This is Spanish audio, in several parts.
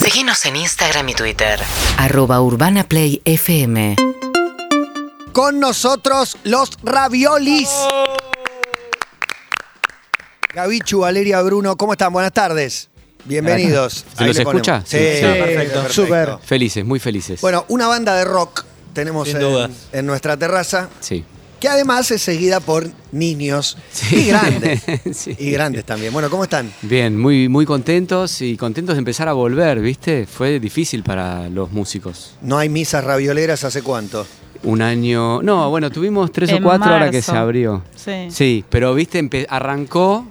Seguinos en Instagram y Twitter. Arroba Urbana Play FM. Con nosotros los raviolis. Gabichu, Valeria, Bruno, ¿cómo están? Buenas tardes. Bienvenidos. ¿Se Ahí los le ponemos. escucha? Sí, Sí. perfecto. perfecto. Súper. Felices, muy felices. Bueno, una banda de rock tenemos Sin en, dudas. en nuestra terraza, Sí. que además es seguida por niños Sí. y grandes. Sí. Y grandes también. Bueno, ¿cómo están? Bien, muy, muy contentos y contentos de empezar a volver, ¿viste? Fue difícil para los músicos. No hay misas ravioleras hace cuánto. Un año. No, bueno, tuvimos tres o En cuatro ahora que se marzo. abrió. Sí. Sí, pero viste, Empe- arrancó.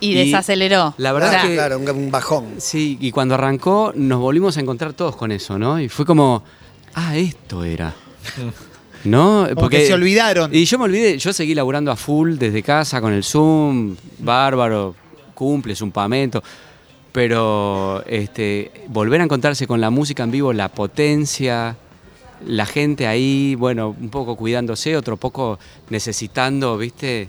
Y desaceleró. La verdad claro, que. Ah, claro, un, un bajón. Sí, y cuando arrancó nos volvimos a encontrar todos con eso, ¿no? Y fue como, ah, esto era. ¿No? Como que se olvidaron. Y yo me olvidé, yo seguí laburando a full desde casa con el Zoom, bárbaro, cumples, un pamento. Pero este, volver a encontrarse con la música en vivo, la potencia, la gente ahí, bueno, un poco cuidándose, otro poco necesitando, ¿viste?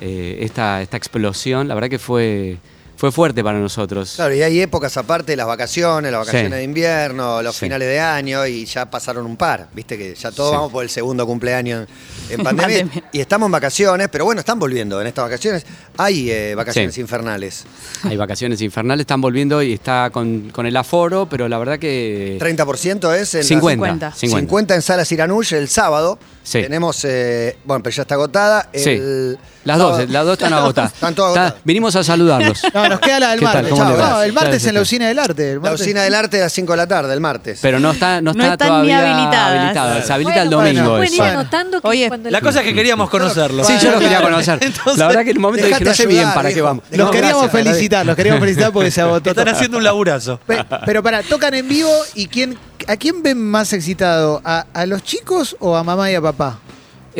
Eh, esta, esta explosión, la verdad que fue, fue fuerte para nosotros. Claro, y hay épocas aparte, las vacaciones, las vacaciones Sí. de invierno, los Sí. finales de año, y ya pasaron un par, viste que ya todos Sí. vamos por el segundo cumpleaños en pandemia. Pandemia. y estamos en vacaciones, pero bueno, están volviendo en estas vacaciones. Hay eh, vacaciones Sí. infernales. Hay vacaciones infernales, están volviendo y está con, con el aforo, pero la verdad que... 30% es en las- 50, 50. 50 en Salas Iranush el sábado. Sí. Tenemos, eh, bueno, pero ya está agotada. Sí. El Las sábado- dos, las dos están agotadas. eh, Están todas Está- agotadas. vinimos a saludarlos. No, nos queda la del ¿Qué tal? martes. ¿Cómo le va? No, el martes Claro, en la sí. usina del arte. el La martes. usina del arte de las 5 de la tarde, el martes. Pero no está, no No está están ni todavía habilitadas. habilitado. Se Bueno, habilita el domingo bueno, eso. pueden ir anotando que Oye, cuando La le- cosa es que queríamos conocerlo. Sí, yo lo quería conocer. Entonces, la verdad que en un momento dije, dejate no sé bien ayudar, para qué viejo. vamos. Los No, queríamos gracias, felicitar, los queríamos felicitar porque se agotó. Están todo. haciendo un laburazo. Pe- Pero para, tocan en vivo y quién, ¿a quién ven más excitado? ¿A, a los chicos o a mamá y a papá?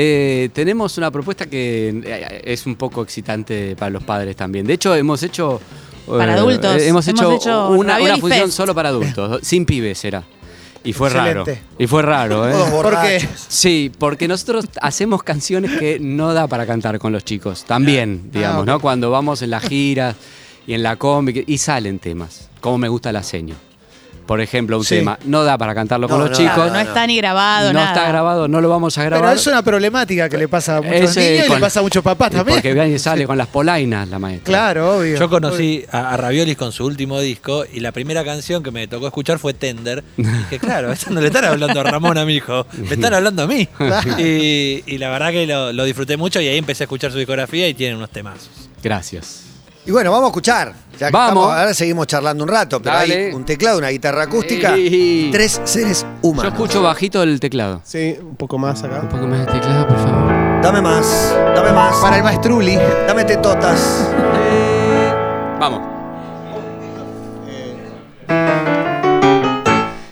Eh, tenemos una propuesta que eh, es un poco excitante para los padres también. De hecho, hemos hecho. eh, Para adultos. hemos Hemos hecho, hecho una, Ravioli una función Fest. solo para adultos, sin pibes era. Y fue raro. Excelente. Y fue raro, ¿eh? Todos ¿Por qué? borrachos. Sí, porque nosotros hacemos canciones que no da para cantar con los chicos. También, digamos, ok. ¿no? Cuando vamos en las giras y en la combi y salen temas. Como me gusta la seño. Por ejemplo, un Sí. tema. No da para cantarlo con No, los no, chicos. Claro, no está ni grabado, No nada. está grabado, no lo vamos a grabar. Pero es una problemática que le pasa a muchos Ese niños y con- le pasa a muchos papás también. Porque viene y sale con las polainas la maestra. Claro, obvio. Yo conocí a, a Raviolis con su último disco y la primera canción que me tocó escuchar fue Tender. Y dije, claro, esto no le están hablando a Ramón a mi hijo, me están hablando a mí. Y, y la verdad que lo, lo disfruté mucho y ahí empecé a escuchar su discografía y tienen unos temazos. Gracias. Y bueno, vamos a escuchar. Ya que Vamos. estamos- ahora seguimos charlando un rato, pero Dale. hay un teclado, una guitarra acústica, Sí. tres seres Yo humanos. escucho bajito el teclado. Sí, un poco más Un acá. poco más de teclado, por favor. Dame más, dame más, Para el maestruli. dame tetotas. Vamos. Eh.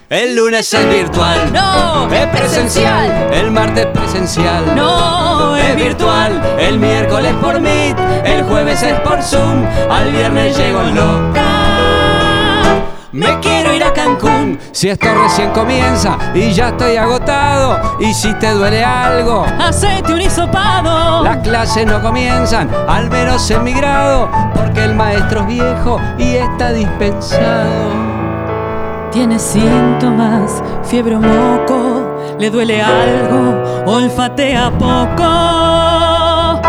El lunes es virtual. No, Es presencial, el martes presencial. No, es virtual, el miércoles por Meet, el jueves es por Zoom, al viernes llego al local. Me quiero ir a Cancún, si esto recién comienza y ya estoy agotado, y si te duele algo, Hacete un hisopado. las clases no comienzan, al menos en mi grado, porque el maestro es viejo y está dispensado. Tiene síntomas, fiebre o moco, le duele algo, olfatea poco.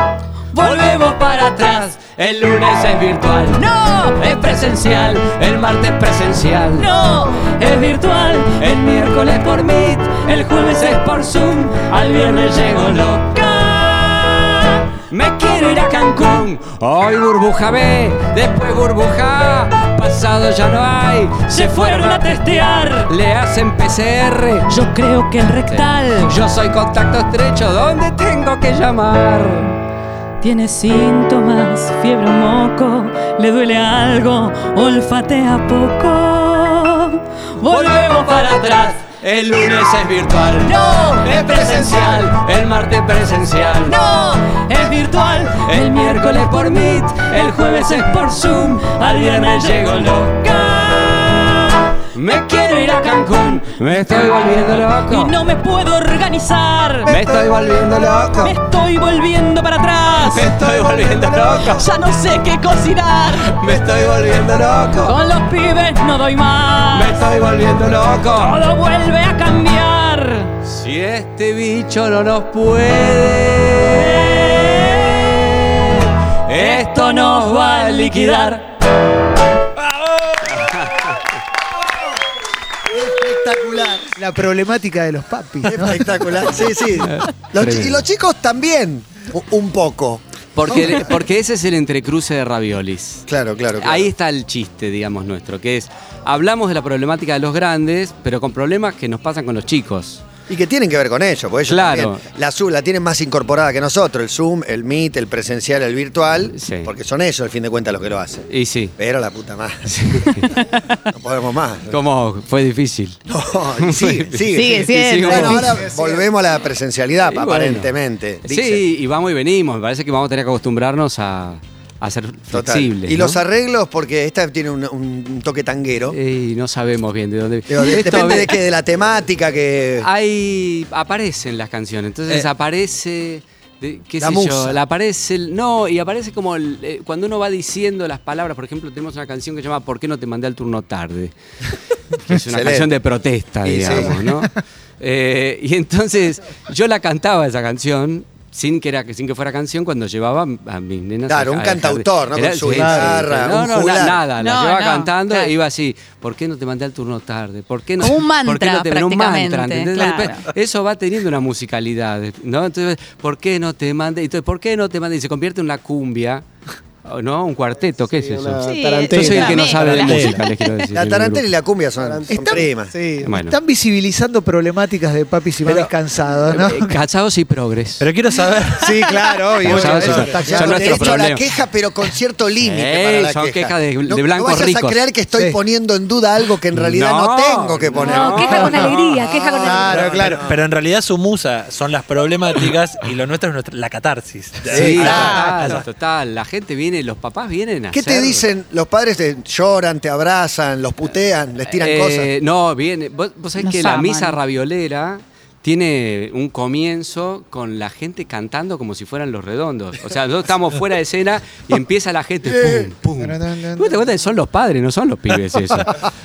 Volvemos para atrás, el lunes es virtual. No, Es presencial, el martes presencial. no, Es virtual, el miércoles por Meet, el jueves es por Zoom, al viernes llego loca. Me quiero ir a Cancún, hoy burbuja B, después burbuja A, pasado ya no hay, se fueron a testear. le hacen PCR. Yo creo que el rectal Yo soy contacto estrecho, ¿dónde tengo que llamar? tiene síntomas, fiebre o moco, le duele algo, olfatea poco. Volvemos para atrás. El lunes es virtual. No. Es presencial. El martes presencial. No, es virtual. El miércoles por Meet. El jueves es por Zoom. Al viernes llego loca. Me quiero ir a Cancún. Me estoy volviendo y loco. no me puedo organizar. Me estoy volviendo loco. Me estoy volviendo para Me atrás. estoy volviendo loco. Ya no sé qué cocinar. Me estoy volviendo loco. Con los pibes no doy Me más. estoy volviendo loco. Todo vuelve a cambiar. Si este bicho no nos puede, esto nos va a liquidar. Espectacular. La problemática de los papis. ¿no? Espectacular. Sí, sí. Los chi- y los chicos también, u- un poco. Porque, porque ese es el entrecruce de raviolis. Claro, claro. claro. Ahí está el chiste, digamos, nuestro, que es, hablamos de la problemática de los grandes, pero con problemas que nos pasan con los chicos. Y que tienen que ver con ellos, porque ellos Claro. también la Zoom la tienen más incorporada que nosotros, el Zoom, el Meet, el presencial, el virtual, Sí. porque son ellos al fin de cuentas los que lo hacen. Y sí, Pero la puta madre. No podemos más. como fue difícil. No, y sigue, sigue, Sigue sigue. siendo. Bueno, ahora Sigue, sigue. volvemos a la presencialidad, Y bueno. aparentemente. Dicen. Sí, y vamos y venimos. Me parece que vamos a tener que acostumbrarnos a, a ser Total. flexibles. Y ¿no? los arreglos, porque esta tiene un, un toque tanguero. Y no sabemos bien de dónde. Digo, de- Esto, Ah, depende ve- de qué, de la temática que. Hay, aparecen las canciones, entonces Eh. aparece, de- qué La sé yo, musa. la aparece, el- no, y aparece como el- eh, cuando uno va diciendo las palabras, por ejemplo, tenemos una canción que se llama ¿Por qué no te mandé al turno tarde? Que es una Excelente. canción de protesta, Y sí. digamos, ¿no? Eh, y entonces yo la cantaba esa canción. Sin que, era, sin que fuera canción, cuando llevaba a mis nenas. Claro, a- un a dejar de- cantautor, ¿no? Con su guitarra, No, un no, na- juglar. nada. la No, llevaba no, cantando claro. e iba así. ¿Por qué no te mandé al turno tarde? ¿Por qué no, Como un ¿por qué mantra, no te- un mantra, prácticamente, ¿entendés? claro. Después, eso va teniendo una musicalidad, ¿no? Entonces, ¿por qué no te mande? Entonces, ¿por qué no te mande? Y se convierte en una cumbia, ¿o ¿no? Un cuarteto, ¿qué es eso? Sí, Yo soy el una que no mezcla. sabe de Tarantela. música, les quiero decir. La tarantela y la cumbia son, son Están- primas. sí, Bueno. están visibilizando problemáticas de papis y Pero- mamis cansados, ¿no? Eh, Casados y progres. Pero quiero saber. Sí, claro, obvio. Casados y Eso progres. está Ya, Son claro. nuestros derecho a la problemas. queja, pero con cierto límite Ey, para la Eh, son queja. quejas de- de no, blancos no vayas ricos. a creer que estoy Sí. poniendo en duda algo que en realidad no, No, tengo que poner. No, No, queja con alegría, queja con alegría. Claro, claro. Pero, pero en realidad su musa son las problemáticas y lo nuestro es nuestra- la catarsis. Sí, Ah, total, total. La gente viene, los papás vienen a ¿Qué te hacer- dicen? Los padres te lloran, te abrazan, los putean, les tiran Eh, cosas. No, viene. Vos, vos sabés Nos que la aman. misa raviolera tiene un comienzo con la gente cantando como si fueran los redondos. O sea, nosotros estamos fuera de escena y empieza la gente. Eh. ¡Pum, pum! ¿Vos te cuenta que son los padres, no son los pibes eso?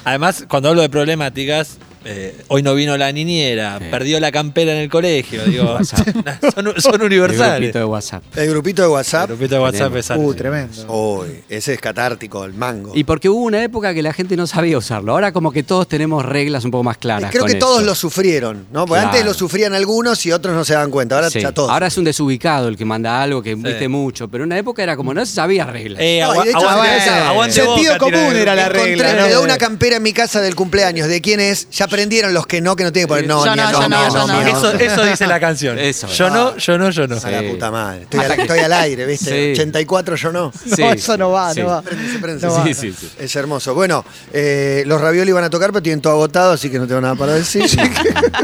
Además, cuando hablo de problemáticas, eh, hoy no vino la niñera, perdió la campera en el colegio, digo, son, son El universales. grupito de WhatsApp. El grupito de El WhatsApp. grupito de WhatsApp es algo. Uh, tremendo. Uy, ese es catártico, el mango. Y porque hubo una época que la gente no sabía usarlo. Ahora como que todos tenemos reglas un poco más claras. Creo con que todos eso. lo sufrieron, ¿no? Porque Claro. antes lo sufrían algunos y otros no se dan cuenta. Ahora Sí. ya todos. Ahora es un desubicado el que manda algo que viste mucho, pero en una época era como no se sabía reglas. Eh, No, y agua- de hecho, aguante, bueno, aguante sentido Boca, común tira- era la Encontré, regla. me ¿no? quedó una campera en mi casa del cumpleaños. ¿De quién es? Ya aprendieron los que no, que no tienen que poner. No, Yo ni no, a- yo no, ni a- yo no. ni a- Eso, eso dice la canción. Eso. Yo no, yo no, yo no. A la Sí. puta madre. Estoy al, estoy al aire, ¿viste? Sí. 84 yo no. No, Sí, eso no va, sí. no va. Prense, prense. No va. Sí, sí, sí. Es hermoso. Bueno, eh, los ravioli van a tocar, pero tienen todo agotado, así que no tengo nada para decir.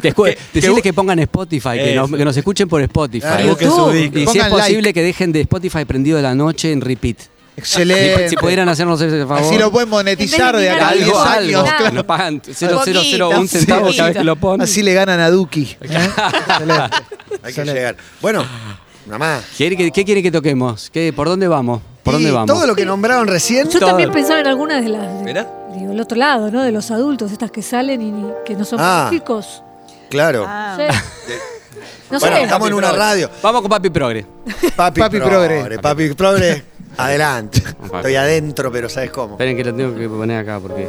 Después, decirle que pongan Spotify, que Eso. nos, que nos escuchen por Spotify. Claro, Y busquen su disco. Y si es Pongan like. posible que dejen de Spotify prendido la noche en repeat. Excelente. Si pudieran hacernos ese favor. Así lo pueden monetizar de acá a En vez de 10 algo, diez algo. años. Claro. Nos pagan 0001 Poquito, centavo cada vez que lo ponen. Así le ganan a Duki. ¿eh? Excelente. Hay que llegar. Bueno, nada más. ¿Quiere que- ¿Qué quieren que toquemos? ¿Qué, ¿Por dónde vamos? ¿Por Y dónde vamos? Todo lo que nombraron recién. Yo Todo. también pensaba en algunas de las. de- Mirá. digo, el otro lado, ¿no? De los adultos, estas que salen y ni- que no son Ah. chicos. Claro. Ah. No bueno, sé. estamos en una radio. Vamos con Papi Progre. Papi, Papi Progre. Progre. Papi Progre, adelante. Papi. Estoy adentro, pero ¿sabes cómo? Esperen que lo tengo que poner acá porque...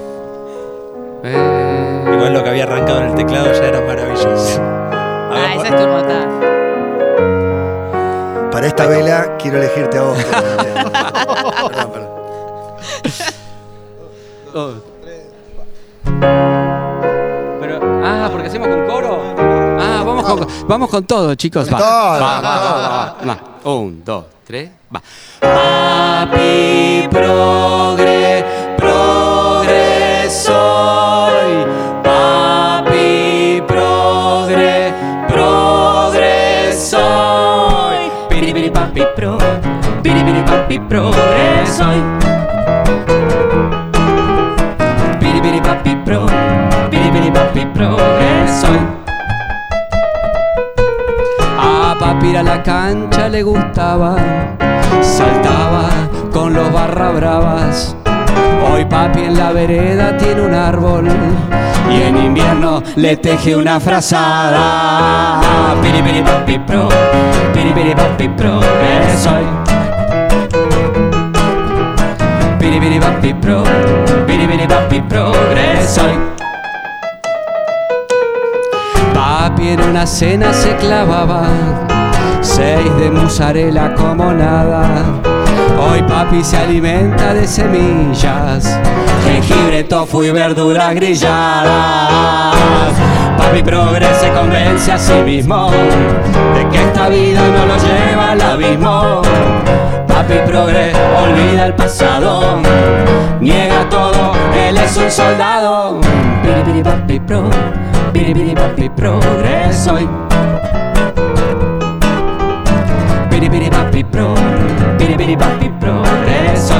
Eh, Igual lo que había arrancado en el teclado ya era maravilloso. Ah, ese es tu mortal. Para esta vela quiero elegirte a vos. Perdón, perdón. oh. Pero, ah, porque hacemos con coro. Ah, vamos con, vamos con todo, chicos. va. todo, va, con va, va, va, va. Un, dos, tres, va. Papi progre, progre soy. Papi progre, progre soy. Piripiri papi pro, piripiri papi progre soy. Piripiri papi pro, piripiri papi progre Eh, soy. A papi ir a la cancha le gustaba, saltaba con los barra bravas. Hoy papi en la vereda tiene un árbol y en invierno le teje una frazada. Piri piri papi pro, piri piri papi pro, eh, soy. Piri piri papi pro, piri piri papi Eh, progreso. Papi en una cena se clavaba seis de mozzarella como nada. Hoy papi se alimenta de semillas, jengibre, tofu y verduras grilladas. Papi progresa y convence a sí mismo de que esta vida no lo lleva al abismo. Papi progre olvida el pasado, niega todo, él es un soldado. Piri piri papi pro, piri piri papi progreso. Piri piri papi pro, piri piri papi progreso.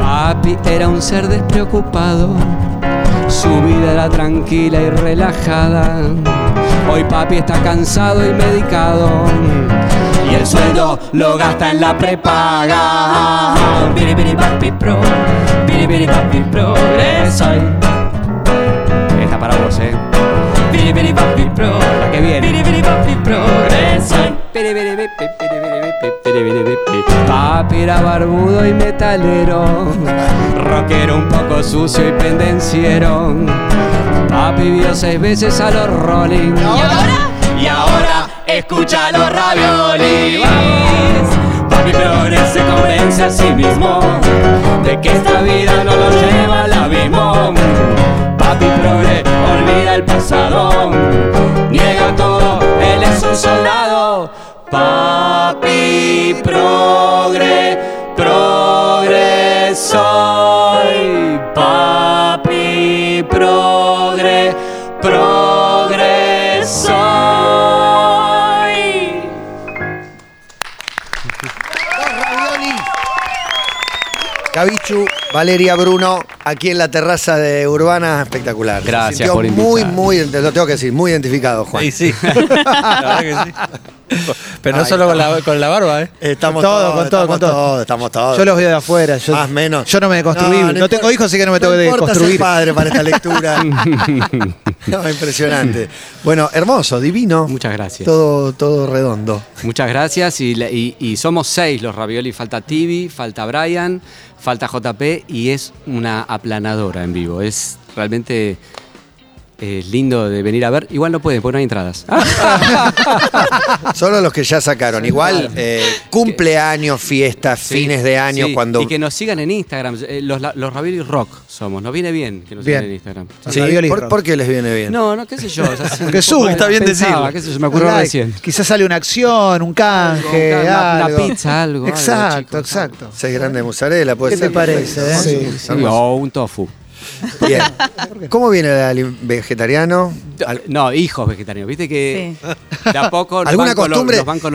Papi era un ser despreocupado, su vida era tranquila y relajada. Hoy papi está cansado y medicado. Y el sueldo lo gasta en la prepaga. Piri piri papi pro, piri piri papi progreso. Esta para vos, eh. Piri piri papi pro, la que viene. Piri piri papi progreso. Piri piri pipi, piri piri pipi, piri piri pipi. Papi era barbudo y metalero, rockero un poco sucio y pendenciero. Papi vio seis veces a los Rolling. ¿Y ahora? Y ahora escucha a los raviolis. Papi progresa se convence a sí mismo de que esta vida no lo lleva al abismo. Papi progre olvida el pasado, niega todo, él es un soldado. Papi progre, progre soy. Papi progre, progre soy. Cabichu, Valeria Bruno, aquí en la terraza de Urbana, espectacular. Gracias Se sintió por muy, invitarme. muy, te lo tengo que decir, muy identificado, Juan. Sí, sí. La verdad que sí. Pero no solo con la, con la barba, ¿eh? Estamos Con todo, con todo, estamos con todo. todos, estamos todos. Yo los veo de afuera. Yo, Más menos. Yo no me deconstruí. No, importa- tengo hijos, así que no me tengo que No importa ser deconstruir. padre para esta lectura. No, impresionante. Bueno, hermoso, divino. Muchas gracias. Todo, todo redondo. Muchas gracias y, la- y- y somos seis los ravioli. Falta Tibi, falta Brian, falta JP y es una aplanadora en vivo. Es realmente eh, lindo de venir a ver. Igual no pueden, porque no hay entradas. Solo los que ya sacaron. Igual, eh, cumpleaños, fiestas, Sí, fines de año, sí. cuando. Y que nos sigan en Instagram. Eh, Los, la- los ravioli rock somos. Nos viene bien que nos Bien. sigan en Instagram. Sí, Ravioli ¿Por, rock. por qué les viene bien? No, no, qué sé yo. o sea, sí, Porque subo, está bien pensaba, decirlo. qué sé yo, me ocurrió Like, recién. Quizás sale una acción, un canje, Algo, una- una algo. pizza, algo, algo, Exacto, chicos. exacto. Seis grandes de mozzarella, puede ¿Qué ser. te parece? eh? Sí. Sí, o un tofu. Bien. ¿Cómo viene el ali- vegetariano? Al- No, hijos vegetarianos. Viste que de a poco nos ¿Alguna van colo- costumbre? nos van Todo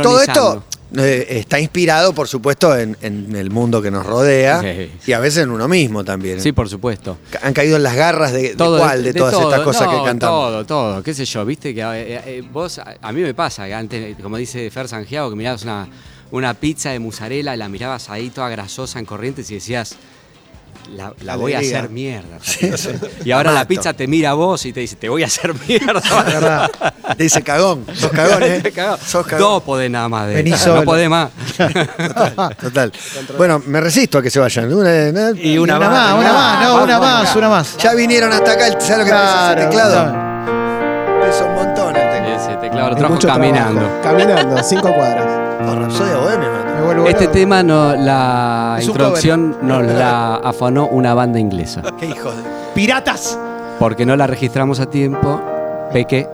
esto colonizando. eh, está inspirado, por supuesto, en, en el mundo que nos rodea Sí. y a veces en uno mismo también. Sí, por supuesto. Ca- Han caído en las garras ¿eh? de, de cuál, de, todas todo, estas cosas no, que cantamos. Todo, todo, qué sé yo, viste que eh, eh, vos, a, a mí me pasa, que antes, como dice Fer Sangiago, que mirabas una, una pizza de mozzarella y la mirabas ahí toda grasosa en corrientes y decías, la, la voy a Alegría. hacer mierda. esta pizza. Y ahora la Mato. pizza te mira a vos y te dice, te voy a hacer La mierda. verdad. Te dice cagón. Sos cagón, ¿eh? Te cagó. Sos No cagón. podés nada más de Vení esto, solo. No podés más. Total. Bueno, me resisto a que se vayan. Una- una- Y una, Una más, una más, no, Vamos, una vamos más, acá. una más. Ya vinieron hasta acá, ¿sabes lo que pesa ese teclado? claro. Pesa un montón el teclado. Ese teclado lo trajo caminando. Caminando, cinco cuadras. Por Rapsodia Bohemia, ¿no? Me vuelvo Este loco. tema, no, la Es un introducción nos la afanó una banda inglesa. Qué hijos de... ¡Piratas! Porque no la registramos a tiempo, Peque,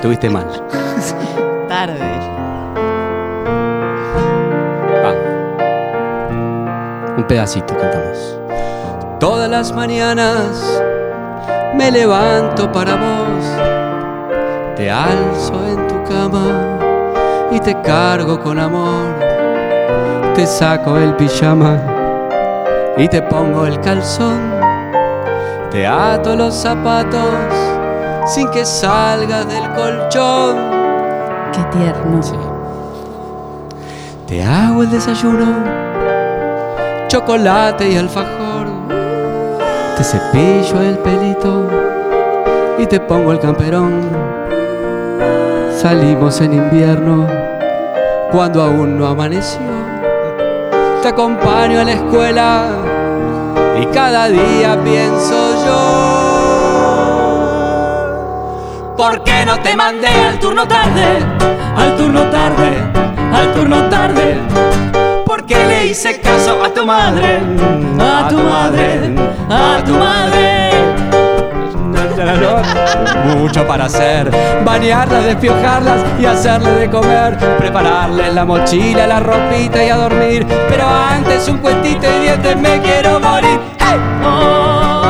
tuviste mal. Tarde. Va. Un pedacito cantamos. Todas las mañanas me levanto para vos. Te alzo en tu cama y te cargo con amor. Te saco el pijama y te pongo el calzón. Te ato los zapatos sin que salgas del colchón. Qué tierno. Sí. Te hago el desayuno, chocolate y alfajor. Te cepillo el pelito y te pongo el camperón. Salimos en invierno cuando aún no amaneció. Te acompaño a la escuela y cada día pienso yo. ¿Por qué no te mandé al turno tarde? Al turno tarde, al turno tarde. ¿Por qué le hice caso a tu madre? A tu madre, a tu madre. Mucho para hacer, bañarlas, despiojarlas y hacerle de comer, prepararles la mochila, la ropita y a dormir. Pero antes un cuentito y dientes me quiero morir. ¡Ey!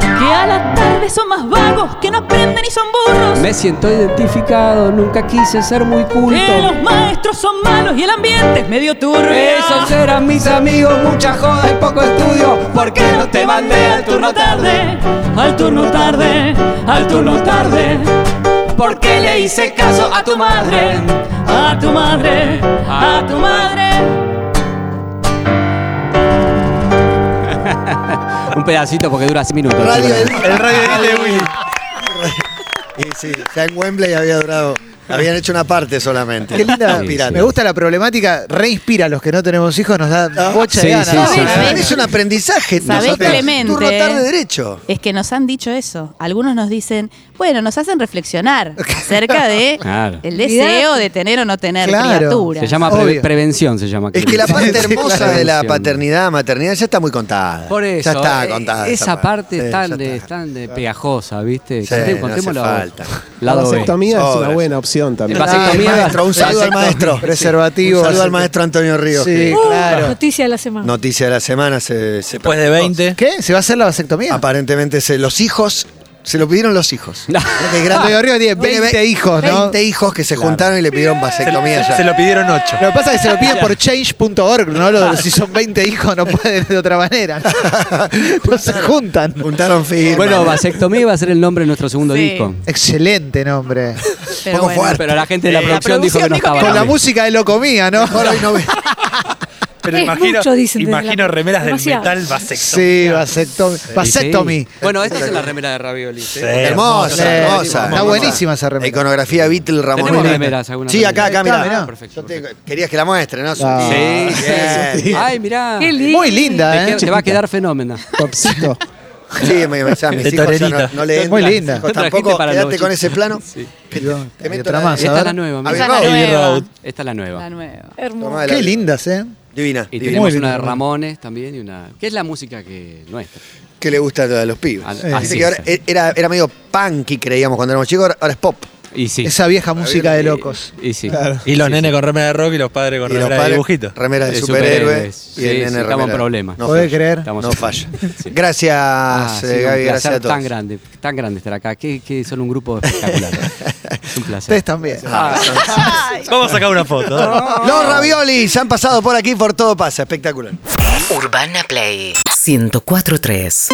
Que a la tarde son más vagos, que no aprenden y son burros. Me siento identificado, nunca quise ser muy culto. Que los maestros son malos y el ambiente es medio turbio. Esos eran mis amigos, mucha joda y poco estudio. ¿Por qué no te mandé al turno tarde? Al turno tarde, al turno tarde. ¿Por qué le hice caso a tu madre? Ah. A tu madre, a tu madre. Un pedacito porque dura 6 minutos. Radio seguramente. el radio de Willy. Y sí, ya en Wembley había durado. Habían hecho una parte solamente. Qué linda. Sí, Pirata. sí. Me gusta la problemática, reinspira a los que no tenemos hijos, nos da bocha Sí, de ganas. sí, sí, Ah, sí. Es un aprendizaje. Sabés, nosotros. Clemente. Turno tarde derecho. Es que nos han dicho eso. Algunos nos dicen, bueno, nos hacen reflexionar acerca Ah, de Claro. el deseo de tener o no tener Claro. criaturas. Se llama pre- Obvio. prevención, se llama. Es que la parte hermosa de la Prevención. paternidad, maternidad, ya está muy contada. Por eso, Ya está eh, contada. esa parte es tan, de, está. tan de pegajosa, ¿viste? Sí, Conté- no Contémoslo. hace falta. La Lado B. vasectomía es una Obras. buena opción también. El vasectomía- Ah, el maestro, un saludo al maestro. Preservativo. Un saludo al vasect- maestro Antonio Ríos. Sí, que- Ah. claro. Noticia de la semana. Noticia de la semana. Se, se- Después de 20. ¿Qué? ¿Se va a hacer la vasectomía? Aparentemente se- los hijos, se lo pidieron los hijos. Qué grande. Antonio Ríos tiene 20 Ah. hijos, ¿no? 20 hijos que se juntaron y le pidieron vasectomía ya. Se lo pidieron 8. Lo que pasa es que se lo piden por change.org, ¿no? Lo- si son 20 hijos no pueden de otra manera. No se juntan. Juntaron firmas. Bueno, vasectomía va a ser el nombre de nuestro segundo Sí. disco. Excelente nombre. Pero poco fuerte. Pero la gente de Eh, la La producción, dijo que producción no dijo estaba. que Con la grave. música de Locomía, ¿no? Mejor hoy no ve- Pero Es imagino, mucho, dicen desde la- imagino remeras del demasiado. metal vasectomía. Sí, vasectomy. Vasectomy. Sí. Bueno, esta es la remera de Ravioli. ¿sí? Sí. Hermosa, Sí, hermosa. está hermosa. buenísima esa remera. La Iconografía Beatle Ramón. Tenemos remeras, alguna Sí, acá, acá, remera. mirá. Ah, mirá. Perfecto, Yo te- Querías que la muestre, ¿no? Ah. Sí, Sí, bien. sí. Ay, mirá. Qué lindo. Muy Te linda, queda- ¿eh? Te va a quedar fenómeno. Popsito. Sí, me, me- ya, mis De hijos ya no, torerita. no le Muy entran. linda. Hijos, Otra Tampoco, gente para quédate los con chicos. ese plano. Que te- te Y meto otra la- más, Esta a es ver. la nueva. Esa A mirá. es la Road. Heavy nueva. Road. Esta es la La nueva. nueva. Tomá Hermoso. de la- Qué lindas, ¿eh? Divina. Y divina. tenemos bien, una de hermano. Ramones también y una. que es la música que nuestra? Que le gusta a los pibes. Ah, Eh, Dice así que ahora e-, es. era, era medio punky, creíamos cuando éramos chicos, ahora es pop. Y sí. Esa vieja música de locos. Y, y sí. Y los nenes con remera de rock y los padres con Y los remera de padres, dibujitos. Remera de, De superhéroes. superhéroes. y el nene Sí, sí, estamos en remera. problemas. No ¿Podés falla. creer? Estamos no en- falla. Sí. Gracias, eh, Ah, sí, un Gaby, placer gracias a todos. tan grande, tan grande estar acá. Que, que son un grupo espectacular. es un placer. Ustedes también. Ah, son- Vamos a sacar una foto. Los raviolis han pasado por aquí por todo pasa, espectacular. Urbana Play Play 104.3